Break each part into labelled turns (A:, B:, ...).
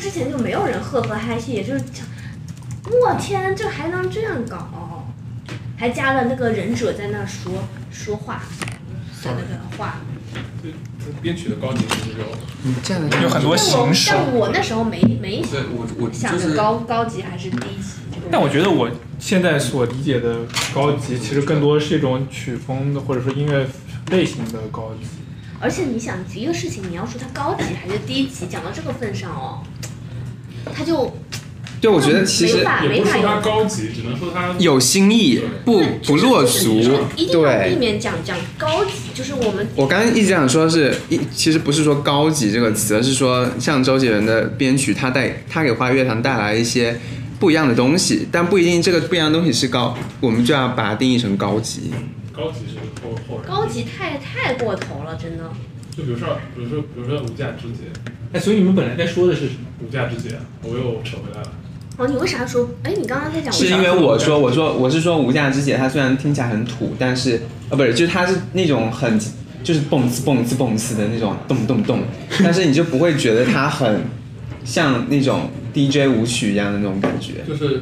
A: 之前就没有人赫赫嗨戏，就是讲，我天，这还能这样搞？还加了那个忍者在那儿说说话，在那个话。
B: 对，它编曲的高级是有，
C: 你站在
D: 有很多
A: 但我
D: 形式。
A: 但我那时候没没
E: 对我我
A: 想
E: 就
A: 着
E: 是
A: 高高级还是低级这个。
D: 但我觉得我现在所理解的高级，其实更多是一种曲风的，或者说音乐类型的高级。
A: 而且你想一个事情，你要说它高级还是低级，讲到这个份上哦，它就
C: 对，我觉得其
A: 没
C: 实
A: 法
B: 也
A: 没
B: 不
A: 法
B: 是它
A: 有。
B: 高级，只能说它
C: 有新意，不不落俗
A: 就是。一定要避
C: 对，
A: 免讲讲高级，就是我们
C: 我刚刚一直想说是一，其实不是说高级这个词，而是说像周杰伦的编曲，他带他给花乐团带来一些不一样的东西，但不一定这个不一样的东西是高，我们就要把它定义成高级。
B: 高级是后后人。
A: 高级太太过头了，真的。
B: 就比如说，比如说，比如说无价之节，
D: 哎，所以你们本来在说的是什么？
B: 无价之节，我又扯回来了。
A: 哦，你为啥说？哎，你刚刚在讲
C: 是因为我说，我说我是说无价之姐，她虽然听起来很土，但是呃，不是，就是她是那种很就是蹦次蹦次蹦次的那种动动动，但是你就不会觉得她很像那种 DJ 舞曲一样的那种感觉。
B: 就是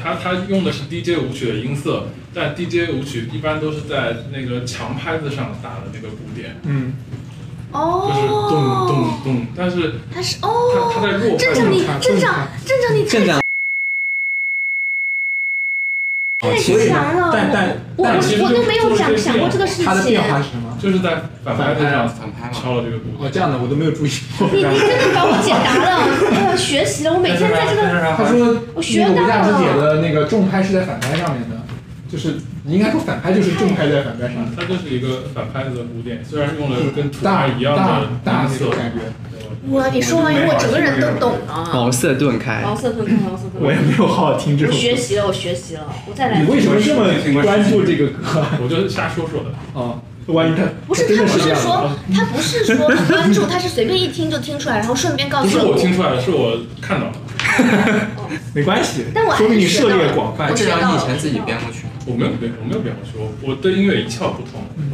B: 他他用的是 DJ 舞曲的音色，但 DJ 舞曲一般都是在那个强拍子上打的那个鼓点，
D: 嗯，
B: 就是咚
A: 哦，
B: 咚咚，但是
A: 他是
B: 他他
A: 哦，
B: 在弱拍
A: 镇
B: 上
A: 长你
B: 打
A: 镇长镇长你
C: 镇长，
A: 太
D: 所以
A: 强了，
D: 哦但但
A: 我我
D: 但其实
A: 我都没有想想过这个事情。
D: 它的变化是什么？
B: 就是在反拍子
D: 啊
B: 上
E: 反拍嘛，
B: 敲了这个鼓
D: 哦，
B: 点。
D: 这样的我都没有注意过。
A: 你你真的把我解答了，我要学习了。我每天在这个，
D: 他说，
A: 我学
D: 那个
A: 到
D: 吴大师姐
A: 了。
D: 的那个重拍是在反拍上面的，就是你应该说反拍就是重拍在反拍上面，
B: 它就是一个反拍子的鼓点，虽然用了跟土
D: 大
B: 拍一样
D: 大
B: 的
D: 大
B: 音
D: 那种
B: 色，
D: 感觉。
A: 哇，你说完以后，我整个人都懂了。
C: 茅塞顿开，
A: 毛瑟顿开，毛瑟顿
D: 我也
A: 开。
D: 没有好好听这
A: 我
D: 首
A: 学
D: 歌。
A: 习了，我学习了，我再来
D: 你。为什么这么关注这个歌啊
B: 我就是瞎说说的。
D: 哦？万一他
A: 不是
D: 真
A: 他
D: 的
A: 不
D: 是这
A: 是
D: 样的
A: 说
D: 啊，
A: 他不是说很关注，他是随便一听就听出来，然后顺便告
B: 不
A: 诉
B: 是我
A: 我。
B: 听出来的，是我看到了。
D: 没关系，
A: 但我还是
D: 说明你
A: 学到
D: 涉
A: 了
D: 猎广泛
A: 我。
E: 啊这
A: 学到
E: 张
A: 了
E: 你以前自己编过去吗？
B: 我没有变，我没有变过去，我我对音乐一窍不通，
D: 嗯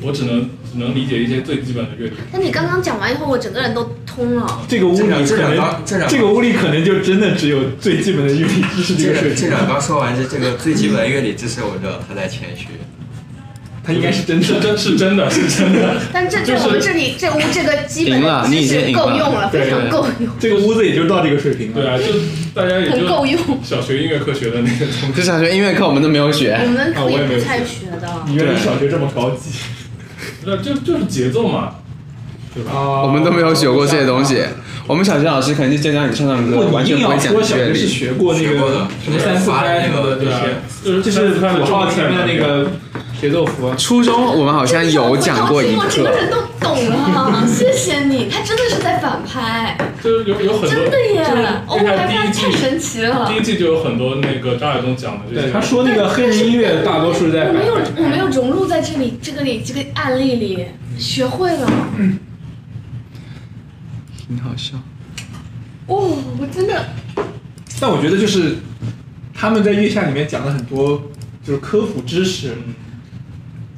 B: 我只能只能理解一些最基本的乐理。
A: 但你刚刚讲完以后，我整个人都通了。
D: 这个屋
E: 这
D: 里
E: 两这
D: 可
E: 两
D: 能
E: 刀，这两
D: 这个屋里可能就真的只有最基本的乐理知识这
E: 这
D: 个水
E: 个这
D: 平，
E: 两刚说完是这个最基本的乐理知识，我知道他在谦虚。
D: 他应该是真
B: 是
D: 的。
B: 真是真的是真的，
A: 但这
B: 就
A: 对
B: 是
A: 我们这里这屋这个基本
C: 赢了
A: 的
C: 你
A: 知
C: 已经
A: 识
C: 赢
A: 够
C: 了
A: 用了，
D: 对
A: 非常够用，
D: 这个屋子也就到这个水平
B: 对
D: 了。
B: 啊，就大家也
A: 很
B: 就
A: 够用。
B: 小学音乐课学的那个 东
C: 就
B: 西。
C: 是想说音乐课我们都没有
A: 我
C: 学，
A: 们
D: 啊
A: 可
D: 我也没
A: 以
D: 有
A: 不太
D: 学
A: 学的。
D: 你原来小学这么高级
B: 那就就是节奏嘛，对吧？
D: 啊
C: 我们都没有学过这些东西。我们小学老师可能就教教你唱唱歌，
D: 嗯不，
C: 完
D: 你
C: 全
D: 硬
C: 不
D: 要
C: 会讲
D: 说小
C: 乐
D: 学是
C: 理。
D: 学过那
E: 学过的
D: 个什么三四拍什么的这
B: 对啊
D: 些，，
B: 就是
D: 就是
B: 它的
D: 符号前面的那个节奏符。
C: 初中我们好
A: 好
C: 像有讲过一
A: 我整个
C: 课，
A: 人都懂了，谢谢你。他真的是在反拍，
B: 就是有有很多
A: 真的耶
B: 就是！
A: 哦，我
B: 你看
A: 拍
B: 第一
A: 拍太
B: 季
A: 神奇了
B: 第。一季就有很多那个张亚东讲的这
D: 对，
B: 些，
D: 他说那个黑人音乐大多数是在
A: 我
D: 反
A: 没有，
D: 拍。
A: 我没有融入在这里，这个里这个案例里，学会了。
C: 挺好笑。
A: 哦，我真的
D: 但我觉得就是他们在月下里面讲了很多就是科普知识，
E: 嗯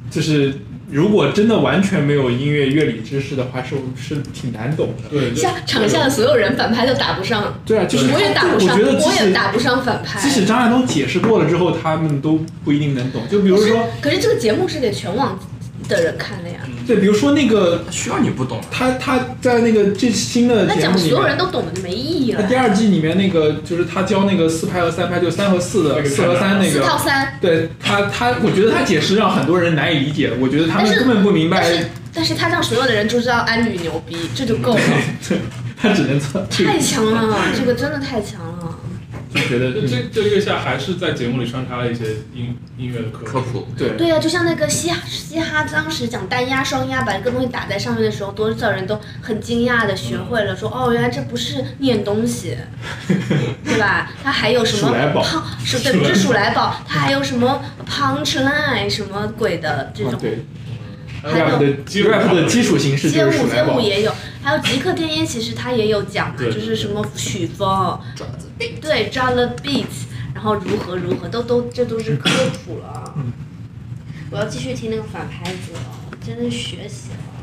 D: 就是如果真的完全没有音乐乐理知识的话，是是挺难懂的。
B: 对，就
A: 下场下的所有人反拍都打不上，
D: 对啊，就是
A: 我也打不上，
D: 我觉得即
A: 我也
D: 使
A: 打不上反拍
D: 即。使张亚东解释过了之后，他们都不一定能懂。就比如
A: 可是
D: 说，
A: 可是这个节目是给全网的人看的呀，
D: 对，比如说那个
E: 需要你不懂啊，
D: 他他在那个这新的
A: 那
D: 节
A: 讲
D: 目
A: 所
D: 里
A: 有
D: 面
A: 人。都懂的就没意义
D: 他
A: 了
D: 第。二季里呃面那个就是他教那个四拍和三拍，就三和四
B: 那
D: 的，
B: 个
D: 四和三那
A: 四
D: 个，
A: 套三，
D: 对他，他我觉得他解释让很多人难以理解，我觉得他
A: 但
D: 们
A: 是
D: 根本不明
A: 但是
D: 白，
A: 但是他让所有的人都知道安女牛逼，这就 够了，
D: 他只能测，就
A: 太强了，这个真的太强了。
D: 就觉得
B: 这
D: 嗯
B: 这这月下还是在节目里穿插了一些音音乐的科
E: 科
B: 普，
E: 普。
D: 对，
A: 对呀、啊就像那个嘻哈嘻哈，当时讲单压双压，把一个东西打在上面的时候，多少人都很惊讶的学会了，说哦，原来这不是念东 西，对吧？它还有什么
D: 鼠来宝
A: 胖是对，不是鼠来宝，它还有什么 punchline 什么鬼的这
D: 啊
A: 种。
D: 对
A: 还有
D: ，rap 的 rap 的基础形式
A: 街
D: 就
A: 舞
D: 是鼠
A: 街
D: 来
A: 舞
D: 宝，
A: 也有，还有极客电音，其实它也有讲嘛，
B: 对
A: 就是什么曲风，
E: 爪子
A: 对 j o l l Beats，然后如何如何，都都这都是科普了。我要继续听那个反拍子了，真的学习了。